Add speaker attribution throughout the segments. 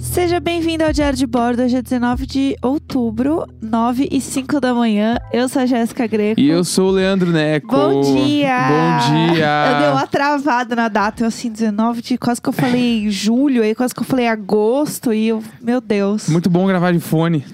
Speaker 1: Seja bem-vindo ao Diário de Bordo, hoje é 19 de outubro, 9 e 5 da manhã. Eu sou a Jéssica Greco.
Speaker 2: E eu sou o Leandro Neco.
Speaker 1: Bom dia!
Speaker 2: Bom dia!
Speaker 1: Eu dei uma travada na data, eu assim, 19 de. Quase que eu falei julho, aí quase que eu falei agosto, e eu. Meu Deus.
Speaker 2: Muito bom gravar de fone.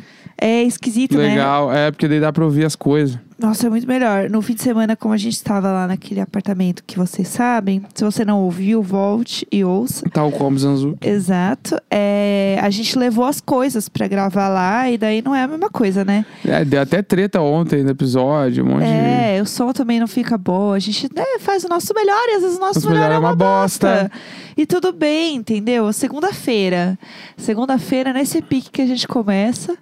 Speaker 1: É esquisito, né?
Speaker 2: Legal. É, porque daí dá pra ouvir as coisas.
Speaker 1: Nossa, é muito melhor. No fim de semana, como a gente estava lá naquele apartamento que vocês sabem, se você não ouviu, volte e ouça.
Speaker 2: Tal como Zanzu.
Speaker 1: Exato. É, a gente levou as coisas pra gravar lá, e daí não é a mesma coisa, né?
Speaker 2: É, deu até treta ontem no episódio, um monte de.
Speaker 1: É, o som também não fica bom. A gente né, faz o nosso melhor e às vezes o nosso,
Speaker 2: Nosso
Speaker 1: melhor, é uma bosta. E tudo bem, entendeu? Segunda-feira. Segunda-feira, nesse pique que a gente começa.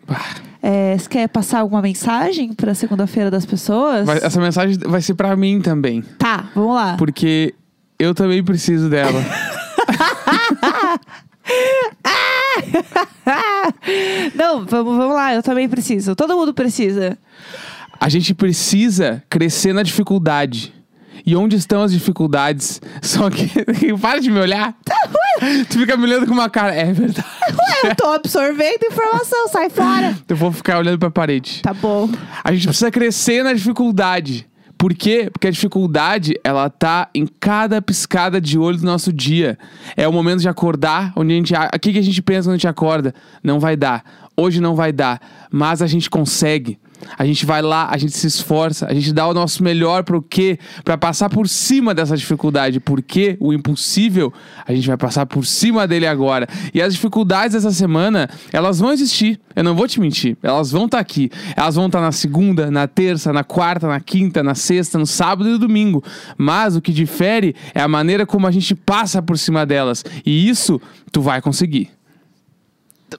Speaker 1: É, você quer passar alguma mensagem pra segunda-feira das pessoas?
Speaker 2: Vai- essa mensagem vai ser pra mim também.
Speaker 1: Tá, vamos lá.
Speaker 2: Porque eu também preciso dela.
Speaker 1: não, vamos, vamos lá, eu também preciso. Todo mundo precisa.
Speaker 2: a gente precisa crescer na dificuldade. E onde estão as dificuldades? Só que. para de me olhar.
Speaker 1: Tá
Speaker 2: tu fica me olhando com uma cara. É verdade.
Speaker 1: Ué, eu tô absorvendo informação, sai fora.
Speaker 2: Eu vou ficar olhando pra parede.
Speaker 1: Tá bom.
Speaker 2: A gente precisa crescer na dificuldade. Por quê? Porque a dificuldade, ela tá em cada piscada de olho do nosso dia. É o momento de acordar, onde a gente. O que que a gente pensa quando a gente acorda? Não vai dar. Hoje não vai dar. Mas a gente consegue. A gente vai lá, a gente se esforça, a gente dá o nosso melhor pro quê? Pra passar por cima dessa dificuldade. Porque o impossível, a gente vai passar por cima dele agora. E as dificuldades dessa semana, elas vão existir. Eu não vou te mentir. Elas vão estar aqui. Elas vão estar na segunda, na terça, na quarta, na quinta, na sexta, no sábado e no domingo. Mas o que difere é a maneira como a gente passa por cima delas. E isso tu vai conseguir.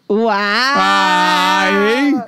Speaker 1: Uau!
Speaker 2: Ai, hein?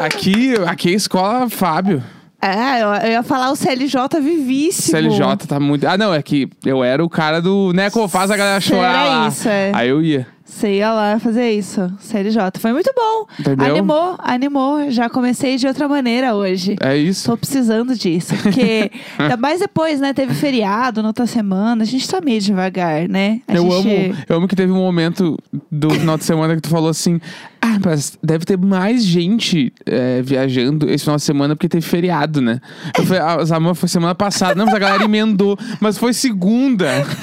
Speaker 2: Aqui, aqui é escola Fábio.
Speaker 1: Ah, eu, eu ia falar o CLJ vivíssimo.
Speaker 2: CLJ tá muito. Ah, não, é que eu era o cara do. Né, como faz a galera chorar.
Speaker 1: Era
Speaker 2: lá.
Speaker 1: isso, é.
Speaker 2: Aí eu ia.
Speaker 1: Você ia lá fazer isso, CLJ. Foi muito bom.
Speaker 2: Entendeu?
Speaker 1: Animou, animou. Já comecei de outra maneira hoje.
Speaker 2: É isso.
Speaker 1: Tô precisando disso, porque ainda mais depois, né? Teve feriado na outra semana, a gente tá meio devagar, né? A
Speaker 2: Eu amo,
Speaker 1: gente-
Speaker 2: eu amo que teve um momento do final de semana que tu falou assim: Ah, mas deve ter mais gente é, viajando esse final de semana porque teve feriado, né? Eu falei, ah, Zaman foi semana passada. Não, mas a galera emendou, mas foi segunda.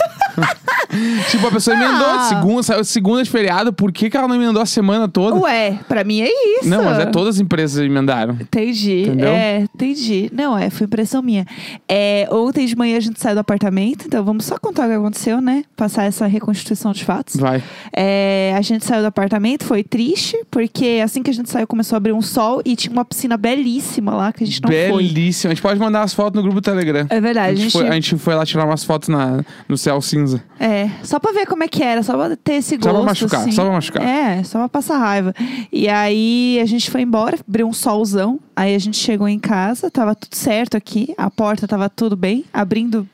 Speaker 2: tipo, a pessoa emendou de
Speaker 1: Ah.
Speaker 2: segunda, saiu de segunda de feriado, por que, que ela não emendou a semana toda?
Speaker 1: Ué, pra mim é isso.
Speaker 2: Não, mas é todas as empresas emendaram.
Speaker 1: Entendi.
Speaker 2: Entendeu?
Speaker 1: É, entendi. Não, é, foi impressão minha. É, ontem de manhã a gente saiu do apartamento, então vamos só contar o que aconteceu, né? Passar essa reconstituição de fatos.
Speaker 2: Vai.
Speaker 1: É, a gente saiu do apartamento, foi triste, porque assim que a gente saiu começou a abrir um sol e tinha uma piscina belíssima lá que a gente não foi.
Speaker 2: Belíssimo. A gente pode mandar as fotos no grupo do Telegram.
Speaker 1: É verdade,
Speaker 2: a gente, foi, a gente foi lá tirar umas fotos na, no céu cinza.
Speaker 1: É, só pra ver como é que era, só pra ter esse gosto.
Speaker 2: Só pra machucar,
Speaker 1: assim.
Speaker 2: só pra machucar.
Speaker 1: É, só pra passar raiva. E aí a gente foi embora, abriu um solzão. Aí a gente chegou em casa, tava tudo certo aqui, a porta tava tudo bem, abrindo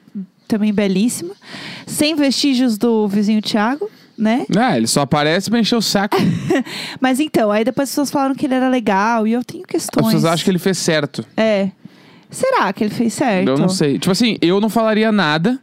Speaker 1: também belíssima. Sem vestígios do vizinho Thiago, né?
Speaker 2: É, ele só aparece pra encher o saco.
Speaker 1: Mas então, aí depois as pessoas falaram que ele era legal e eu tenho
Speaker 2: As
Speaker 1: questões.
Speaker 2: pessoas acham que ele fez certo.
Speaker 1: É. Será que ele fez certo?
Speaker 2: Eu não sei. Tipo assim, eu não falaria nada.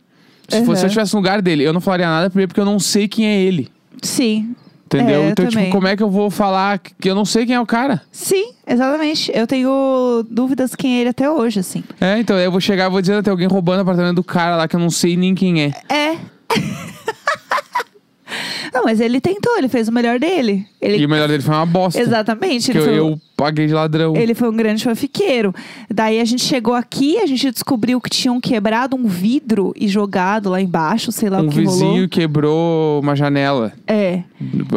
Speaker 2: Se,
Speaker 1: Uhum.
Speaker 2: fosse, se eu estivesse no lugar dele, eu não falaria nada, primeiro porque eu não sei quem é ele.
Speaker 1: Sim.
Speaker 2: Entendeu?
Speaker 1: É, eu
Speaker 2: então,
Speaker 1: também.
Speaker 2: tipo, como é que eu vou falar que eu não sei quem é o cara?
Speaker 1: Sim, exatamente. Eu tenho dúvidas quem é ele até hoje, assim.
Speaker 2: É, então, eu vou chegar e vou dizer, tem alguém roubando o apartamento do cara lá que eu não sei nem quem é.
Speaker 1: É. Não, mas ele tentou, ele fez o melhor dele. Ele...
Speaker 2: E o melhor dele foi uma bosta.
Speaker 1: Exatamente. Ele
Speaker 2: Que eu,
Speaker 1: foi, um
Speaker 2: eu paguei de ladrão.
Speaker 1: ele foi um grande fanfiqueiro. Daí a gente chegou aqui, a gente descobriu que tinham quebrado um vidro e jogado lá embaixo, sei lá
Speaker 2: um
Speaker 1: o que
Speaker 2: vizinho
Speaker 1: rolou.
Speaker 2: quebrou uma janela.
Speaker 1: É.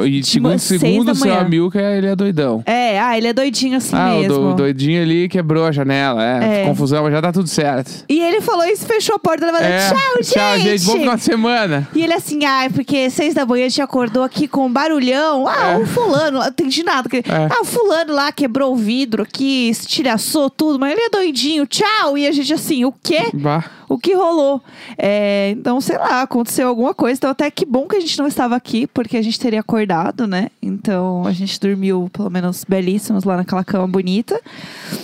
Speaker 2: E segundo,
Speaker 1: umas seis
Speaker 2: segundo
Speaker 1: da
Speaker 2: o seu
Speaker 1: manhã.
Speaker 2: Amilcar, ele é doidão.
Speaker 1: É, ah, ele é doidinho assim
Speaker 2: ah, o
Speaker 1: mesmo.
Speaker 2: do- doidinho ali quebrou a janela. É,
Speaker 1: É.
Speaker 2: confusão, mas já tá tudo certo.
Speaker 1: E ele falou isso, fechou a porta, levando
Speaker 2: É,
Speaker 1: tchau, gente!
Speaker 2: Tchau, gente. Bom final de semana.
Speaker 1: E ele assim, ai, porque seis da manhã a gente acordou aqui com um barulhão. Ah,
Speaker 2: É.
Speaker 1: o fulano, eu não entendi nada. que- Ah, o fulano lá que quebrou o vidro aqui, estilhaçou tudo, mas ele é doidinho, tchau. E a gente assim, o quê?
Speaker 2: Bah.
Speaker 1: O que rolou? É, então, sei lá, aconteceu alguma coisa. Então, até que bom que a gente não estava aqui, porque a gente teria acordado, né? Então, a gente dormiu, pelo menos, belíssimos lá naquela cama bonita.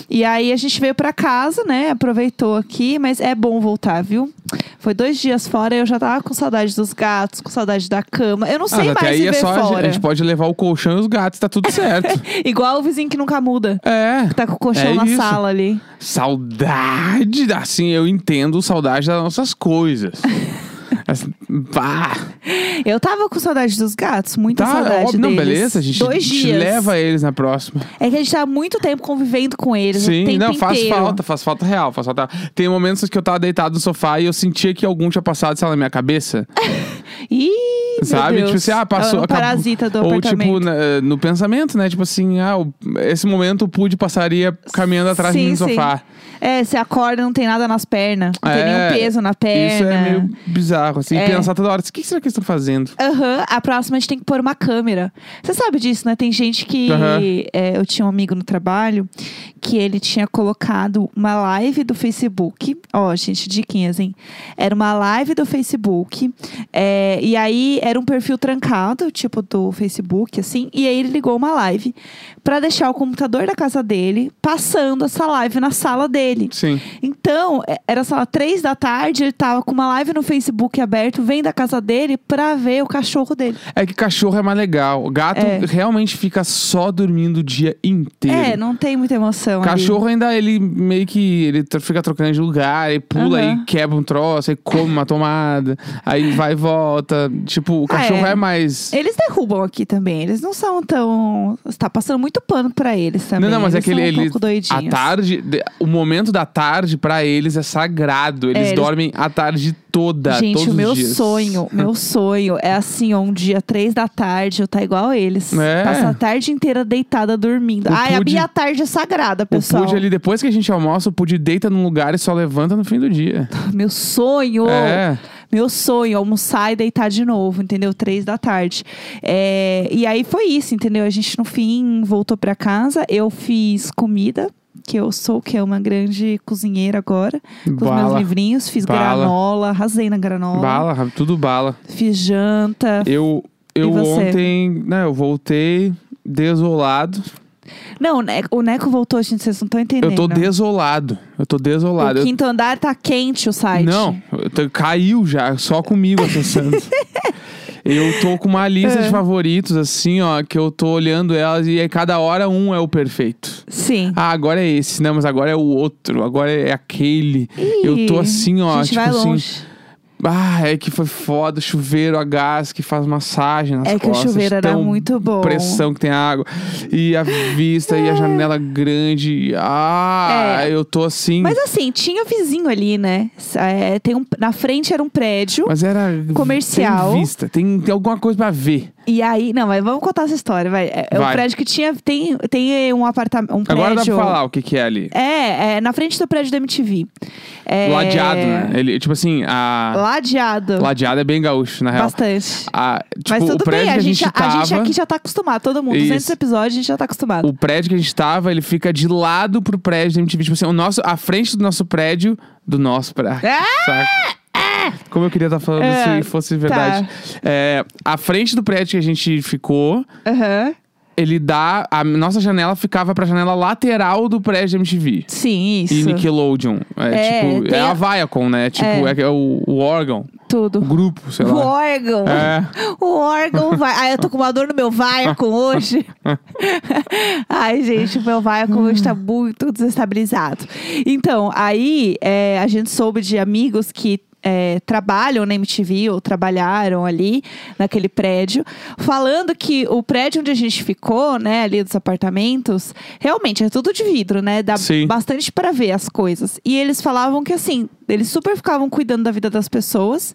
Speaker 1: E aí, a gente veio para casa, né? Aproveitou aqui, mas é bom voltar, viu? Foi dois dias fora e eu já tava com saudade dos gatos, com saudade da cama. Eu não
Speaker 2: Ah,
Speaker 1: sei
Speaker 2: até
Speaker 1: mais
Speaker 2: aí
Speaker 1: viver
Speaker 2: é só a gente-
Speaker 1: fora.
Speaker 2: a gente pode levar o colchão e os gatos, tá tudo certo.
Speaker 1: Igual o vizinho que nunca muda.
Speaker 2: é.
Speaker 1: que Tá com o colchão
Speaker 2: É
Speaker 1: na
Speaker 2: isso.
Speaker 1: sala ali.
Speaker 2: Saudade, da- assim, eu entendo saudade das nossas coisas. Assim, pá.
Speaker 1: Eu tava com saudade dos gatos, muita
Speaker 2: Tá,
Speaker 1: saudade
Speaker 2: óbvio, não,
Speaker 1: deles.
Speaker 2: beleza, a gente,
Speaker 1: Dois
Speaker 2: a gente
Speaker 1: dias.
Speaker 2: leva eles na próxima.
Speaker 1: É que a gente tá há muito tempo convivendo com eles. o
Speaker 2: Sim,
Speaker 1: tempo
Speaker 2: não, faz
Speaker 1: inteiro.
Speaker 2: falta, faz falta real, faz falta. Tem momentos que eu tava deitado no sofá e eu sentia que algum tinha passado, sei lá, na minha cabeça.
Speaker 1: Ih, meu
Speaker 2: sabe?
Speaker 1: Deus.
Speaker 2: Tipo assim, ah, passou.
Speaker 1: É um
Speaker 2: acabou.
Speaker 1: parasita do
Speaker 2: Ou
Speaker 1: apartamento.
Speaker 2: tipo, na- no pensamento, né? Tipo assim, ah, o- esse momento o Pude passaria caminhando atrás de
Speaker 1: Sim,
Speaker 2: mim no
Speaker 1: sim.
Speaker 2: sofá.
Speaker 1: É, você acorda e não tem nada nas pernas. Não tem
Speaker 2: É,
Speaker 1: nenhum peso na perna.
Speaker 2: Isso é meio bizarro, assim.
Speaker 1: né? É.
Speaker 2: Pensar toda hora, o que será que eles estão fazendo?
Speaker 1: Aham, a próxima a gente tem que pôr uma câmera. Você sabe disso, né? Tem gente que.
Speaker 2: Aham.
Speaker 1: é, eu tinha um amigo no trabalho que ele tinha colocado uma live do Facebook. Ó, gente, diquinhas, hein? Era uma live do Facebook. é, e aí era um perfil trancado, tipo do Facebook, assim. E aí ele ligou uma live pra deixar o computador da casa dele passando essa live na sala dele.
Speaker 2: Sim.
Speaker 1: Então, é- era, sei lá, três da tarde, ele tava com uma live no Facebook aberto, vem da casa dele pra ver o cachorro dele.
Speaker 2: É que cachorro é mais legal. Gato
Speaker 1: É.
Speaker 2: realmente fica só dormindo o dia inteiro.
Speaker 1: É, não tem muita emoção. ali.
Speaker 2: Cachorro ainda, ele meio que ele tro- fica trocando de lugar, ele pula
Speaker 1: Aham.
Speaker 2: e quebra um troço, aí come uma tomada, aí vai e volta. Tipo, o
Speaker 1: Ah,
Speaker 2: cachorro
Speaker 1: é.
Speaker 2: é. mais.
Speaker 1: Eles derrubam aqui também, eles não são tão. Você tá passando muito pano pra eles também.
Speaker 2: Não, não, mas
Speaker 1: eles
Speaker 2: é que ele.
Speaker 1: são um
Speaker 2: ele-
Speaker 1: pouco doidinhos.
Speaker 2: a tarde, de- o momento da tarde pra eles é sagrado. Eles,
Speaker 1: É, eles-
Speaker 2: dormem a tarde toda.
Speaker 1: Gente,
Speaker 2: todos
Speaker 1: o
Speaker 2: os
Speaker 1: meu
Speaker 2: dias.
Speaker 1: sonho, meu sonho é assim, ó, um dia, três da tarde, eu tá igual a eles.
Speaker 2: É.
Speaker 1: Passa a tarde inteira deitada dormindo.
Speaker 2: O
Speaker 1: Ai, a
Speaker 2: Pud-
Speaker 1: minha tarde é sagrada,
Speaker 2: O
Speaker 1: pessoal.
Speaker 2: Pude ali, depois que a gente almoça, o Pude deita num lugar e só levanta no fim do dia.
Speaker 1: Meu sonho!
Speaker 2: É.
Speaker 1: Meu sonho, almoçar e deitar de novo, entendeu? Três da tarde. É, e aí foi isso, entendeu? A gente no fim voltou pra casa, eu fiz comida, que eu sou, que é uma grande cozinheira agora, com os meus
Speaker 2: Bala.
Speaker 1: livrinhos, fiz
Speaker 2: Bala.
Speaker 1: granola, arrasei na granola,
Speaker 2: Bala, tudo bala.
Speaker 1: fiz janta.
Speaker 2: Eu, eu
Speaker 1: você?
Speaker 2: ontem, né, eu voltei desolado.
Speaker 1: Não, o Neco- o Neco voltou, gente, vocês não estão entendendo.
Speaker 2: Eu tô desolado. Eu tô desolado.
Speaker 1: O
Speaker 2: Eu-
Speaker 1: quinto andar tá quente o site.
Speaker 2: Não, eu tô- caiu já, só comigo acessando. eu tô com uma lista
Speaker 1: É.
Speaker 2: de favoritos, assim, ó, que eu tô olhando elas e aí cada hora um é o perfeito.
Speaker 1: Sim.
Speaker 2: Ah, agora é esse, não, mas agora é o outro, agora é aquele. eu tô
Speaker 1: Ih,
Speaker 2: assim, ó,
Speaker 1: a gente
Speaker 2: tipo
Speaker 1: vai
Speaker 2: assim.
Speaker 1: longe.
Speaker 2: Ah, é que foi foda, chuveiro a gás que faz massagem nas
Speaker 1: É que o
Speaker 2: costas,
Speaker 1: chuveiro era
Speaker 2: tão
Speaker 1: muito bom. Ah.
Speaker 2: Pressão que tem água. E a vista e a janela grande. Ah,
Speaker 1: É.
Speaker 2: eu tô assim.
Speaker 1: Mas assim, tinha vizinho ali, né? S- é, tem um, na frente era um prédio.
Speaker 2: Mas era
Speaker 1: Comercial.
Speaker 2: Tem vista, tem, tem alguma coisa pra ver.
Speaker 1: E aí. Não, mas vamos contar essa história, vai. É, é um
Speaker 2: Vai.
Speaker 1: prédio que tinha. Tem, tem um apartamento. Um
Speaker 2: Agora dá
Speaker 1: prédio.
Speaker 2: pra falar o que, que é ali.
Speaker 1: É, é, na frente do prédio da MTV. É,
Speaker 2: Ladeado, né? Ele, tipo assim, a
Speaker 1: Ladeado.
Speaker 2: ladeado é bem gaúcho, na real.
Speaker 1: Bastante.
Speaker 2: A- tipo,
Speaker 1: mas
Speaker 2: o
Speaker 1: tudo
Speaker 2: prédio
Speaker 1: bem,
Speaker 2: que
Speaker 1: a gente,
Speaker 2: tava,
Speaker 1: aqui já tá acostumado, todo mundo. 200
Speaker 2: Isso.
Speaker 1: episódios, a gente já tá acostumado.
Speaker 2: O prédio que a gente tava, ele fica de lado pro prédio da MTV. Tipo assim, o nosso, a frente do nosso prédio, do nosso prédio.
Speaker 1: Ah!
Speaker 2: Como eu queria estar falando
Speaker 1: É,
Speaker 2: se fosse verdade.
Speaker 1: tá.
Speaker 2: É, a frente do prédio que a gente ficou,
Speaker 1: Aham.
Speaker 2: ele dá. A nossa janela ficava pra janela lateral do prédio da MTV.
Speaker 1: Sim,
Speaker 2: E
Speaker 1: isso.
Speaker 2: Nickelodeon. É,
Speaker 1: É,
Speaker 2: tipo,
Speaker 1: tem
Speaker 2: é a
Speaker 1: a-
Speaker 2: Viacom, né? Tipo,
Speaker 1: É.
Speaker 2: é, que é o, o órgão, o
Speaker 1: Tudo.
Speaker 2: grupo, sei
Speaker 1: O
Speaker 2: lá.
Speaker 1: órgão.
Speaker 2: É.
Speaker 1: O órgão vai. Ai, eu tô com uma dor no meu vaiaco hoje. Ai, gente, o meu vaiaco
Speaker 2: Hum.
Speaker 1: hoje tá muito desestabilizado. Então, aí é, a gente soube de amigos que. é, trabalham na MTV ou trabalharam ali naquele prédio, falando que o prédio onde a gente ficou, né, ali dos apartamentos, realmente é tudo de vidro, né? Dá
Speaker 2: Sim.
Speaker 1: bastante pra ver as coisas. E eles falavam que assim, eles super ficavam cuidando da vida das pessoas,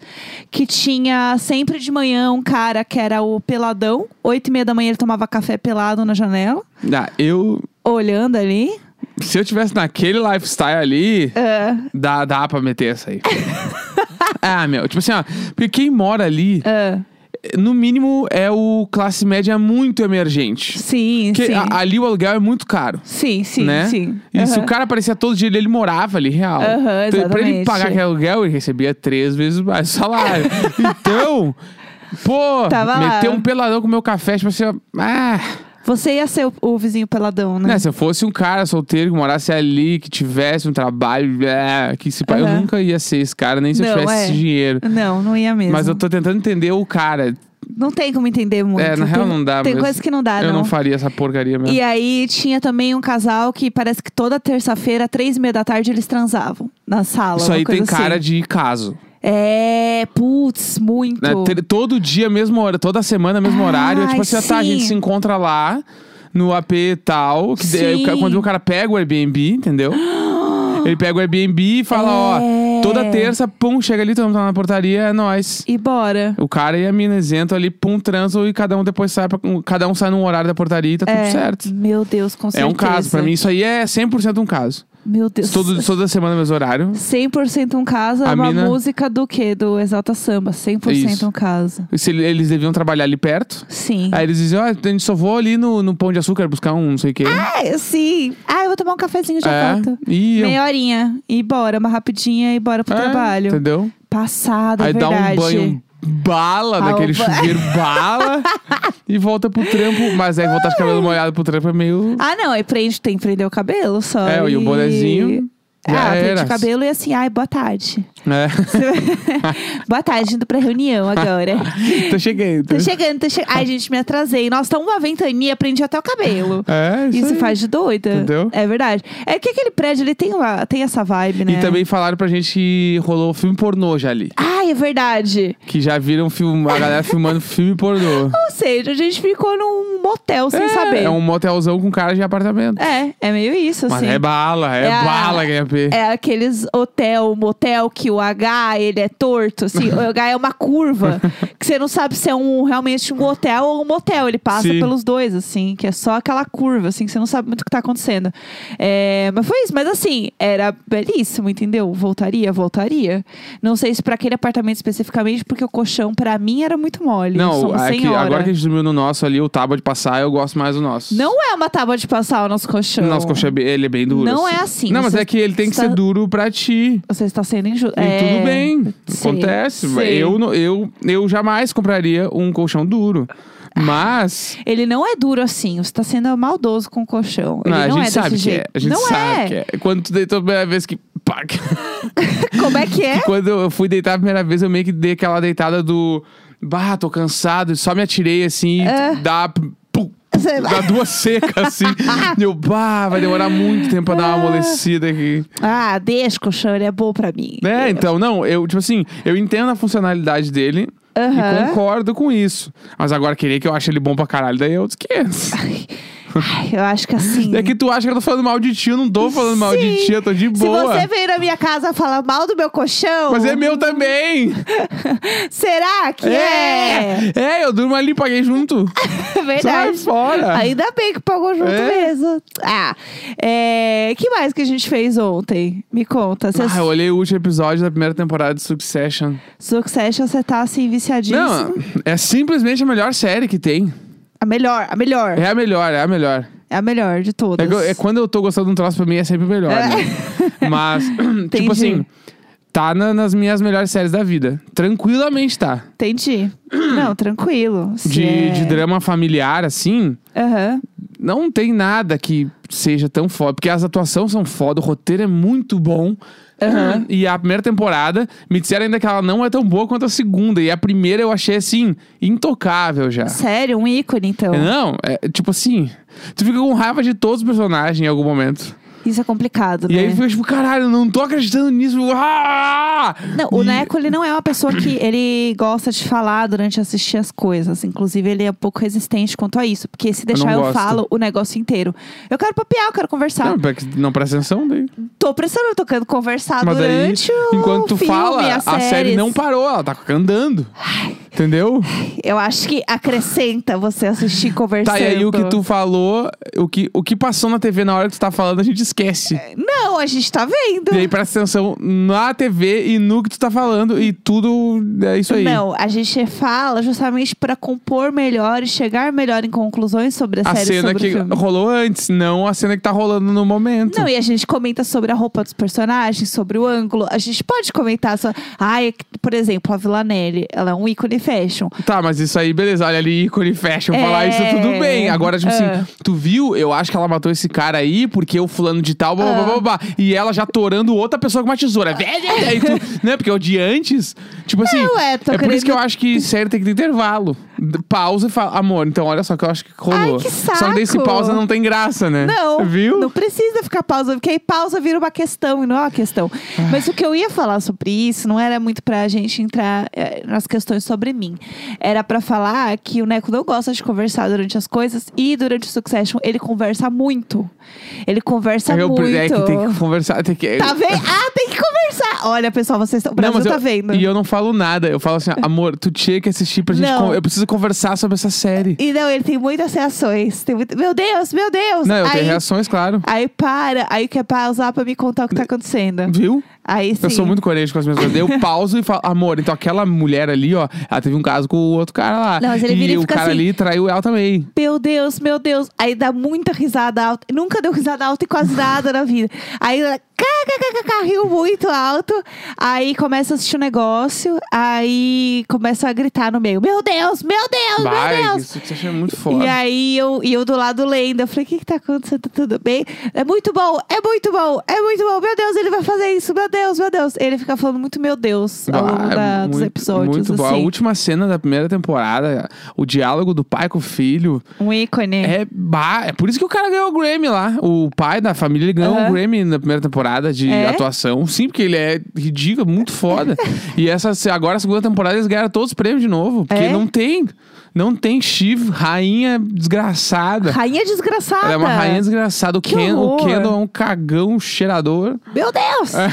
Speaker 1: que tinha sempre de manhã um cara que era o peladão, oito e meia da manhã ele tomava café pelado na janela,
Speaker 2: Ah, eu.
Speaker 1: olhando ali.
Speaker 2: Se eu tivesse naquele lifestyle ali,
Speaker 1: É,
Speaker 2: Dá, dá pra meter essa aí. ah, meu. Tipo assim, ó. Porque quem mora ali
Speaker 1: é.
Speaker 2: no mínimo, é o classe média muito emergente.
Speaker 1: Sim,
Speaker 2: Porque
Speaker 1: sim.
Speaker 2: a- ali o aluguel é muito caro.
Speaker 1: Sim, sim,
Speaker 2: né?
Speaker 1: sim.
Speaker 2: E se
Speaker 1: Aham.
Speaker 2: o cara aparecia todo dia, ele, ele morava ali, real.
Speaker 1: Aham,
Speaker 2: então, pra ele
Speaker 1: exatamente.
Speaker 2: pagar aquele aluguel, ele recebia três vezes mais o salário. então, pô,
Speaker 1: Tava lá.
Speaker 2: meter um peladão com o meu café, tipo assim, ó, ah,
Speaker 1: Você ia ser o, o vizinho peladão, né?
Speaker 2: né, se eu fosse um cara solteiro que morasse ali, que tivesse um trabalho, blá, que se pá, eu
Speaker 1: Aham.
Speaker 2: nunca ia ser esse cara, nem se eu
Speaker 1: Não,
Speaker 2: tivesse
Speaker 1: é.
Speaker 2: esse dinheiro.
Speaker 1: Não, não ia mesmo.
Speaker 2: Mas eu tô tentando entender o cara.
Speaker 1: Não tem como entender muito.
Speaker 2: É, na real
Speaker 1: Tem-
Speaker 2: não dá,
Speaker 1: Tem
Speaker 2: mas
Speaker 1: coisas que não dá,
Speaker 2: eu
Speaker 1: não.
Speaker 2: não faria essa porcaria mesmo.
Speaker 1: E é aí tinha também um casal que parece que toda terça-feira, três e meia da tarde, eles transavam na sala.
Speaker 2: Isso
Speaker 1: uma
Speaker 2: aí
Speaker 1: coisa
Speaker 2: tem cara
Speaker 1: assim.
Speaker 2: de caso.
Speaker 1: É, putz, muito.
Speaker 2: né? Ter- Todo dia, mesmo hora, toda semana, mesmo
Speaker 1: Ai,
Speaker 2: horário. É tipo assim, ah, tá, a gente
Speaker 1: sim.
Speaker 2: se encontra lá no AP e tal. Que daí o ca-
Speaker 1: Sim.
Speaker 2: quando o cara pega o Airbnb, entendeu? Ele pega o Airbnb e fala, ó,
Speaker 1: É.
Speaker 2: toda terça, pum, chega ali, estamos na portaria, é nóis.
Speaker 1: E bora.
Speaker 2: O cara e a mina isento ali, pum, transam e cada um depois sai, pra, cada um sai num horário da portaria e tá
Speaker 1: É,
Speaker 2: tudo certo.
Speaker 1: Meu Deus, com
Speaker 2: É
Speaker 1: certeza.
Speaker 2: um caso, pra mim isso aí é 100% um caso.
Speaker 1: Meu Deus.
Speaker 2: Todo, toda semana, é mesmo horário.
Speaker 1: 100% um caso é
Speaker 2: A
Speaker 1: uma
Speaker 2: mina-
Speaker 1: música do quê? Do Exalta Samba. 100%
Speaker 2: Isso. É.
Speaker 1: um caso.
Speaker 2: E se ele- eles deviam trabalhar ali perto.
Speaker 1: Sim.
Speaker 2: Aí eles diziam, ó, a gente só vou ali no, no Pão de Açúcar buscar um não sei o quê.
Speaker 1: Ah, sim. Ah, eu vou tomar um cafezinho já
Speaker 2: é,
Speaker 1: volto.
Speaker 2: e
Speaker 1: Meia horinha. E bora, uma rapidinha e bora pro
Speaker 2: é,
Speaker 1: trabalho.
Speaker 2: Entendeu?
Speaker 1: Passada,
Speaker 2: Aí
Speaker 1: é verdade.
Speaker 2: dá um banho bala,
Speaker 1: Ah,
Speaker 2: daquele
Speaker 1: o ba-
Speaker 2: chuveiro bala. e volta pro trampo. Mas aí voltar de cabelo molhado pro trampo é meio...
Speaker 1: Ah, não, aí prende, tem que prender o cabelo só.
Speaker 2: É, e o bonezinho, já
Speaker 1: ah,
Speaker 2: era.
Speaker 1: prende o cabelo e assim, ai, boa tarde.
Speaker 2: É.
Speaker 1: boa tarde, indo pra reunião agora.
Speaker 2: Tô chegando.
Speaker 1: tô chegando, tô chegando. Ai, gente, me atrasei. Nossa, tá uma ventania, prendi até o cabelo.
Speaker 2: É, isso,
Speaker 1: Isso
Speaker 2: aí.
Speaker 1: faz de doida.
Speaker 2: Entendeu?
Speaker 1: É verdade. É que aquele prédio, ele tem, uma, tem essa vibe, né?
Speaker 2: E também falaram pra gente que rolou filme pornô já ali.
Speaker 1: Ai, é verdade.
Speaker 2: Que já viram filme, a galera filmando filme pornô.
Speaker 1: Ou seja, a gente ficou num motel sem
Speaker 2: é,
Speaker 1: saber.
Speaker 2: É um motelzão com cara de apartamento.
Speaker 1: É, é meio isso,
Speaker 2: Mas
Speaker 1: assim.
Speaker 2: é bala, é,
Speaker 1: É a-
Speaker 2: bala, HP.
Speaker 1: É aqueles hotel, motel que o H, ele é torto, assim, o H é uma curva, que você não sabe se é um realmente um hotel ou um motel, ele passa
Speaker 2: Sim.
Speaker 1: pelos dois, assim, que é só aquela curva, assim, que você não sabe muito o que tá acontecendo. É, mas foi isso, mas assim, era belíssimo, entendeu? Voltaria, voltaria. Não sei se pra aquele apartamento especificamente, porque o colchão pra mim era muito mole,
Speaker 2: Não,
Speaker 1: somos
Speaker 2: é que
Speaker 1: senhora.
Speaker 2: agora que a gente dormiu no nosso ali, o tábua de passar, eu gosto mais do nosso.
Speaker 1: Não é uma tábua de passar o nosso colchão.
Speaker 2: O nosso colchão, é bem- ele é bem duro.
Speaker 1: Não é assim,
Speaker 2: Não, mas
Speaker 1: você
Speaker 2: é que ele tem que
Speaker 1: está-
Speaker 2: ser duro pra ti.
Speaker 1: Você está sendo injusto.
Speaker 2: E
Speaker 1: É,
Speaker 2: tudo bem,
Speaker 1: sim,
Speaker 2: acontece.
Speaker 1: sim.
Speaker 2: Eu, não- eu, eu jamais compraria um colchão duro. Mas
Speaker 1: Ele não é duro assim. Você tá sendo maldoso com o colchão. Ele
Speaker 2: não,
Speaker 1: não,
Speaker 2: a gente
Speaker 1: é
Speaker 2: sabe
Speaker 1: desse
Speaker 2: que
Speaker 1: jeito.
Speaker 2: é. A gente
Speaker 1: não
Speaker 2: sabe
Speaker 1: é.
Speaker 2: que é. Quando tu deitou a primeira vez que. Pá, que-
Speaker 1: Como é que é?
Speaker 2: Quando eu fui deitar a primeira vez, eu meio que dei aquela deitada do. Bah, tô cansado, só me atirei assim,
Speaker 1: É.
Speaker 2: dá. pum,
Speaker 1: Você-
Speaker 2: Dá duas secas, assim. E eu, bah, vai demorar muito tempo pra dar uma amolecida aqui.
Speaker 1: Ah, deixa o colchão, ele é bom pra mim.
Speaker 2: É, então, não, eu, tipo assim, eu entendo a funcionalidade dele e
Speaker 1: Aham.
Speaker 2: concordo com isso. Mas agora querer que eu ache ele bom pra caralho, daí eu esqueço.
Speaker 1: Ai, eu acho que assim.
Speaker 2: É que tu acha que eu tô falando mal de ti, eu não tô falando mal de
Speaker 1: Sim.
Speaker 2: ti, eu tô de boa.
Speaker 1: Se você é veio na minha casa falar mal do meu colchão,
Speaker 2: Mas é meu também!
Speaker 1: será que é?
Speaker 2: É! É, eu durmo ali, paguei junto.
Speaker 1: É verdade.
Speaker 2: Sai fora.
Speaker 1: Ainda bem que pagou junto
Speaker 2: É.
Speaker 1: mesmo. Ah, é... que mais que a gente fez ontem? Me conta. Você...
Speaker 2: Ah, eu olhei o último episódio da primeira temporada de Succession.
Speaker 1: Succession, você tá assim, viciadíssimo.
Speaker 2: Não, é simplesmente a melhor série que tem.
Speaker 1: A melhor, a melhor.
Speaker 2: É a melhor, é a melhor.
Speaker 1: É a melhor de
Speaker 2: É,
Speaker 1: todas.
Speaker 2: que eu- é quando eu tô gostando de um troço, pra mim é sempre melhor.
Speaker 1: É.
Speaker 2: Né? Mas, tipo
Speaker 1: Entendi.
Speaker 2: assim, tá na- nas minhas melhores séries da vida. Tranquilamente tá.
Speaker 1: Entendi. Não, tranquilo. Se
Speaker 2: De,
Speaker 1: é-
Speaker 2: de drama familiar, assim,
Speaker 1: Aham.
Speaker 2: não tem nada que seja tão foda. Porque as atuações são foda, o roteiro é muito bom.
Speaker 1: Aham.
Speaker 2: E a primeira temporada, me disseram ainda que ela não é tão boa quanto a segunda. E a primeira eu achei, assim, intocável já.
Speaker 1: Sério, um ícone, então.
Speaker 2: Não, é tipo assim, tu fica com raiva de todos os personagens em algum momento.
Speaker 1: Isso é complicado,
Speaker 2: E
Speaker 1: né?
Speaker 2: aí fica tipo, caralho, eu não tô acreditando nisso. Ah!
Speaker 1: Não, o
Speaker 2: E-
Speaker 1: Neco, ele não é uma pessoa que ele gosta de falar durante assistir as coisas. Inclusive, ele é um pouco resistente quanto a isso. Porque se deixar, eu,
Speaker 2: gosto.
Speaker 1: falo o negócio inteiro. Eu quero papiar, eu quero conversar.
Speaker 2: Não, pior que não presta atenção daí.
Speaker 1: Tô prestando, tô querendo conversar
Speaker 2: Mas daí,
Speaker 1: durante o
Speaker 2: enquanto tu
Speaker 1: filme,
Speaker 2: fala,
Speaker 1: a
Speaker 2: série
Speaker 1: séries.
Speaker 2: não parou, ela tá andando. Entendeu?
Speaker 1: Eu acho que acrescenta você assistir conversando.
Speaker 2: Tá, e aí o que tu falou, o que, o que passou na TV na hora que tu tá falando, a gente esquece.
Speaker 1: Não, a gente tá vendo.
Speaker 2: E aí presta atenção na TV e no que tu tá falando e tudo é isso aí.
Speaker 1: Não, a gente fala justamente pra compor melhor e chegar melhor em conclusões sobre a,
Speaker 2: a
Speaker 1: série
Speaker 2: cena
Speaker 1: sobre
Speaker 2: que
Speaker 1: o filme.
Speaker 2: rolou antes, não a cena que tá rolando no momento.
Speaker 1: Não, e a gente comenta sobre a roupa dos personagens, sobre o ângulo. A gente pode comentar só. Ai, é que, por exemplo, a Villanelli, ela é um ícone fashion.
Speaker 2: Tá, mas isso aí, beleza. Olha ali, ícone fashion,
Speaker 1: É.
Speaker 2: falar isso, tudo bem. Agora, tipo
Speaker 1: Ah.
Speaker 2: assim, tu viu? Eu acho que ela matou esse cara aí porque o fulano de tal, blá, blá,
Speaker 1: Ah.
Speaker 2: blá, blá, blá. E ela já torando outra pessoa com uma tesoura. Aí tu, né? Porque o de antes, tipo assim...
Speaker 1: Não, é, tô
Speaker 2: por isso
Speaker 1: querendo-
Speaker 2: que eu acho que série tem que ter intervalo. D- Pausa e fala, amor, então olha só que eu acho que rolou.
Speaker 1: Ai, que
Speaker 2: Só que daí se
Speaker 1: saco.
Speaker 2: pausa não tem graça, né?
Speaker 1: Não,
Speaker 2: Viu?
Speaker 1: não precisa ficar pausa, porque aí pausa vira uma questão e não é uma questão. Mas o que eu ia falar sobre isso não era muito pra gente entrar eh, nas questões sobre mim. Era pra falar que o Neco não gosta de conversar durante as coisas e durante o Succession ele conversa muito. Ele conversa
Speaker 2: Eu-
Speaker 1: muito.
Speaker 2: É que tem que conversar, tem que...
Speaker 1: Tá vendo? Ah, tem que conversar. Olha, pessoal, vocês estão. O Brasil
Speaker 2: mas
Speaker 1: tá
Speaker 2: eu-
Speaker 1: vendo.
Speaker 2: E eu não falo nada. Eu falo assim, amor, tu tinha que assistir pra gente.
Speaker 1: Não.
Speaker 2: con- Eu preciso conversar sobre essa série.
Speaker 1: E não, ele tem muitas reações. Tem muito... Meu Deus, meu Deus!
Speaker 2: Não, eu
Speaker 1: aí,
Speaker 2: tenho reações, claro.
Speaker 1: aí para, aí quer pausar pra me contar o que tá acontecendo.
Speaker 2: Viu?
Speaker 1: Aí sim.
Speaker 2: Eu sou muito coerente com as minhas coisas. Eu pauso e falo, amor, então aquela mulher ali, ó, ela teve um caso com o outro cara lá.
Speaker 1: Não, mas ele vira
Speaker 2: e
Speaker 1: e
Speaker 2: o
Speaker 1: fica
Speaker 2: cara
Speaker 1: assim.
Speaker 2: ali traiu ela também.
Speaker 1: Meu Deus, meu Deus. Aí dá muita risada alta. Nunca deu risada alta e quase nada na vida. Aí ela kkkk, riu muito alto. Aí começa a assistir um negócio. Aí começa a gritar no meio. Meu Deus, "Oh, meu Deus,
Speaker 2: Vai,
Speaker 1: meu Deus.
Speaker 2: isso que você achei muito foda.
Speaker 1: E aí eu, e eu do lado lendo, eu falei, o que que tá acontecendo? Tudo bem? É muito bom, é muito bom, é muito bom. Meu Deus, ele vai fazer isso, meu Deus, meu Deus. Ele fica falando muito meu Deus ao
Speaker 2: Bah,
Speaker 1: longo um da- dos
Speaker 2: Ah, muito-
Speaker 1: episódios.
Speaker 2: Muito bom. A
Speaker 1: assim.
Speaker 2: última cena da primeira temporada, o diálogo do pai com o filho.
Speaker 1: Um ícone.
Speaker 2: É, bah, é por isso que o cara ganhou o Grammy lá. O pai da família ele ganhou
Speaker 1: Aham.
Speaker 2: o Grammy na primeira temporada de
Speaker 1: É?
Speaker 2: atuação. Sim, porque ele é ridículo, muito foda. e essa, se- agora, a segunda temporada, eles ganharam todos os prêmios de novo. Porque
Speaker 1: É?
Speaker 2: não tem. Não tem Shiv, rainha desgraçada.
Speaker 1: Rainha desgraçada.
Speaker 2: Ela é uma rainha desgraçada. O,
Speaker 1: Que
Speaker 2: Ken, o
Speaker 1: horror.
Speaker 2: Kendall é um cagão cheirador.
Speaker 1: Meu Deus!
Speaker 2: É.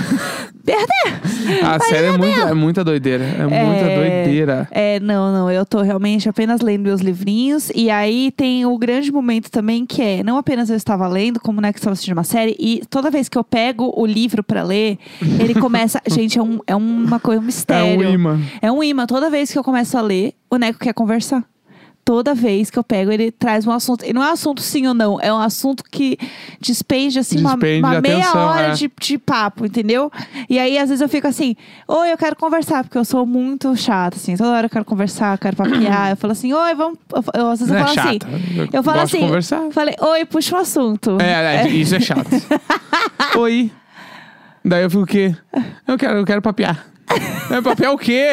Speaker 1: Meu Deus!
Speaker 2: A série é, muito, é muita doideira. É, muita doideira.
Speaker 1: É, não, não. Eu tô realmente apenas lendo meus livrinhos. E aí tem o grande momento também que é, não apenas eu estava lendo, como né, que estava assistindo uma série, e toda vez que eu pego o livro pra ler, ele começa. Gente, é, um, é uma coisa, um mistério.
Speaker 2: É um imã.
Speaker 1: É um imã. Toda vez que eu começo a ler, o Neco quer conversar. Toda vez que eu pego, ele traz um assunto. E não é um assunto sim ou não, é um assunto que despende, assim, uma-
Speaker 2: Despende
Speaker 1: uma, meia
Speaker 2: atenção,
Speaker 1: hora
Speaker 2: é.
Speaker 1: de, de papo, entendeu? E aí, às vezes, eu fico assim, oi, eu quero conversar, porque eu sou muito chata, assim. Toda hora eu quero conversar, eu quero papear. Eu falo assim, oi, vamos. Eu, eu, às vezes
Speaker 2: Não
Speaker 1: eu
Speaker 2: é
Speaker 1: falo assim.
Speaker 2: chata. Eu,
Speaker 1: Eu falo
Speaker 2: gosto de
Speaker 1: assim.
Speaker 2: conversar.
Speaker 1: Falei, oi, puxa um assunto.
Speaker 2: É, é, isso é chato. Oi. Daí eu fico o quê? Eu quero, eu quero papear. É papear o quê?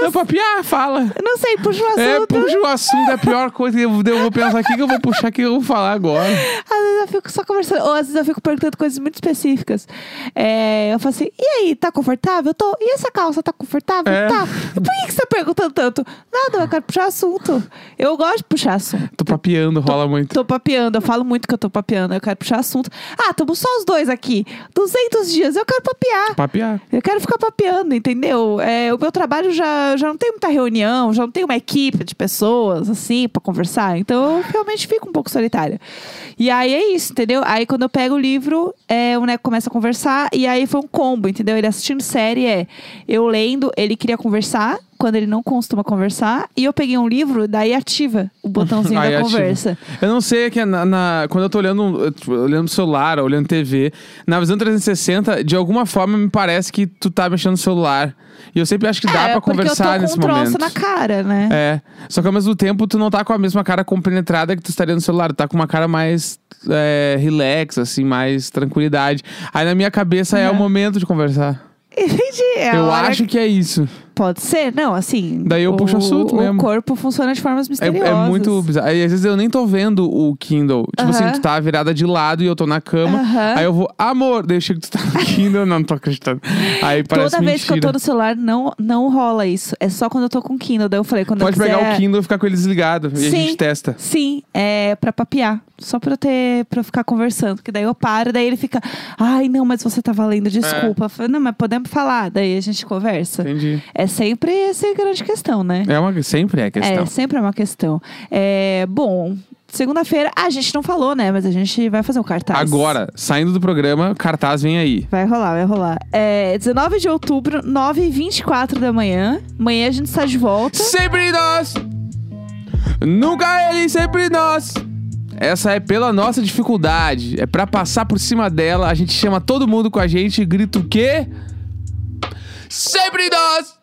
Speaker 2: Não, papear, fala.
Speaker 1: Eu Não sei, puxa um assunto.
Speaker 2: É, puxa o assunto, é a pior coisa que eu eu vou pensar. O que, que eu vou puxar, o que eu vou falar agora?
Speaker 1: Às vezes eu fico só conversando, ou às vezes eu fico perguntando coisas muito específicas. É, eu falo assim, e aí, tá confortável? Tô. E essa calça tá confortável?
Speaker 2: É.
Speaker 1: Tá. E por que que você tá perguntando tanto? Nada, eu quero puxar assunto. Eu gosto de puxar assunto.
Speaker 2: Tô papeando, rola muito.
Speaker 1: Tô papeando, eu falo muito que eu tô papeando, eu quero puxar assunto. Ah, estamos só os dois aqui. 200 dias, eu quero papear.
Speaker 2: Papear.
Speaker 1: Eu quero ficar papeando, entendeu? É, o meu trabalho já, já não tem muita reunião, já não tem uma equipe de pessoas, assim, pra conversar. Então, eu realmente fico um pouco solitária. E aí é isso, entendeu? Aí, quando eu pego o livro, é, o Neco começa a conversar, e aí foi um combo, entendeu? Ele assistindo série, é eu lendo, ele queria conversar, quando ele não costuma conversar, e eu peguei um livro, daí ativa o botãozinho
Speaker 2: Aí
Speaker 1: da
Speaker 2: ativa.
Speaker 1: conversa.
Speaker 2: Eu não sei é que na, na- quando eu tô olhando, eu tô olhando o celular, olhando TV, na visão 360, de alguma forma me parece que tu tá mexendo no celular. E eu sempre acho que dá
Speaker 1: é,
Speaker 2: pra
Speaker 1: porque
Speaker 2: conversar
Speaker 1: eu tô com
Speaker 2: nesse
Speaker 1: um troço
Speaker 2: momento.
Speaker 1: na cara, né?
Speaker 2: É. Só que ao mesmo tempo, tu não tá com a mesma cara compenetrada que tu estaria no celular. Tu tá com uma cara mais é, relax, assim, mais tranquilidade. Aí na minha cabeça é o momento de conversar.
Speaker 1: Entendi. É a
Speaker 2: eu
Speaker 1: hora
Speaker 2: acho que é isso.
Speaker 1: Pode ser, não, assim.
Speaker 2: Daí eu
Speaker 1: o,
Speaker 2: puxo assunto
Speaker 1: o
Speaker 2: mesmo.
Speaker 1: corpo funciona de formas
Speaker 2: É,
Speaker 1: misteriosas.
Speaker 2: é muito bizarro. Aí, às vezes eu nem tô vendo o Kindle. Tipo assim,
Speaker 1: Aham.
Speaker 2: tu tá virada de lado e eu tô na cama.
Speaker 1: Aham.
Speaker 2: Aí eu vou, amor, deixa que tu tá no Kindle. não, não tô acreditando. Aí
Speaker 1: Toda
Speaker 2: parece mentira.
Speaker 1: vez que eu tô no celular, não, não rola isso. É só quando eu tô com Kindle. Daí eu falei, quando
Speaker 2: Pode
Speaker 1: eu quiser...
Speaker 2: pegar o Kindle e ficar com ele desligado. E
Speaker 1: Sim.
Speaker 2: a gente testa.
Speaker 1: Sim, é pra papear. Só pra eu ter. pra eu ficar conversando. Que daí eu paro, daí ele fica.
Speaker 2: É.
Speaker 1: Ai, não, mas você tá valendo, desculpa. Eu falei, Não, mas podemos falar. Daí a gente conversa.
Speaker 2: Entendi.
Speaker 1: É sempre essa a grande questão, né?
Speaker 2: É uma, sempre é questão.
Speaker 1: É, sempre é uma questão. É, bom, segunda-feira, a gente não falou, né? Mas a gente vai fazer o cartaz.
Speaker 2: Agora, saindo do programa, cartaz vem aí.
Speaker 1: Vai rolar, vai rolar. É 19 de outubro, 9h24 da manhã. Amanhã a gente está de volta.
Speaker 2: Sempre nós! Nunca ele, sempre nós! Essa é pela nossa dificuldade. É pra passar por cima dela. A gente chama todo mundo com a gente e grita o quê? Sempre nós!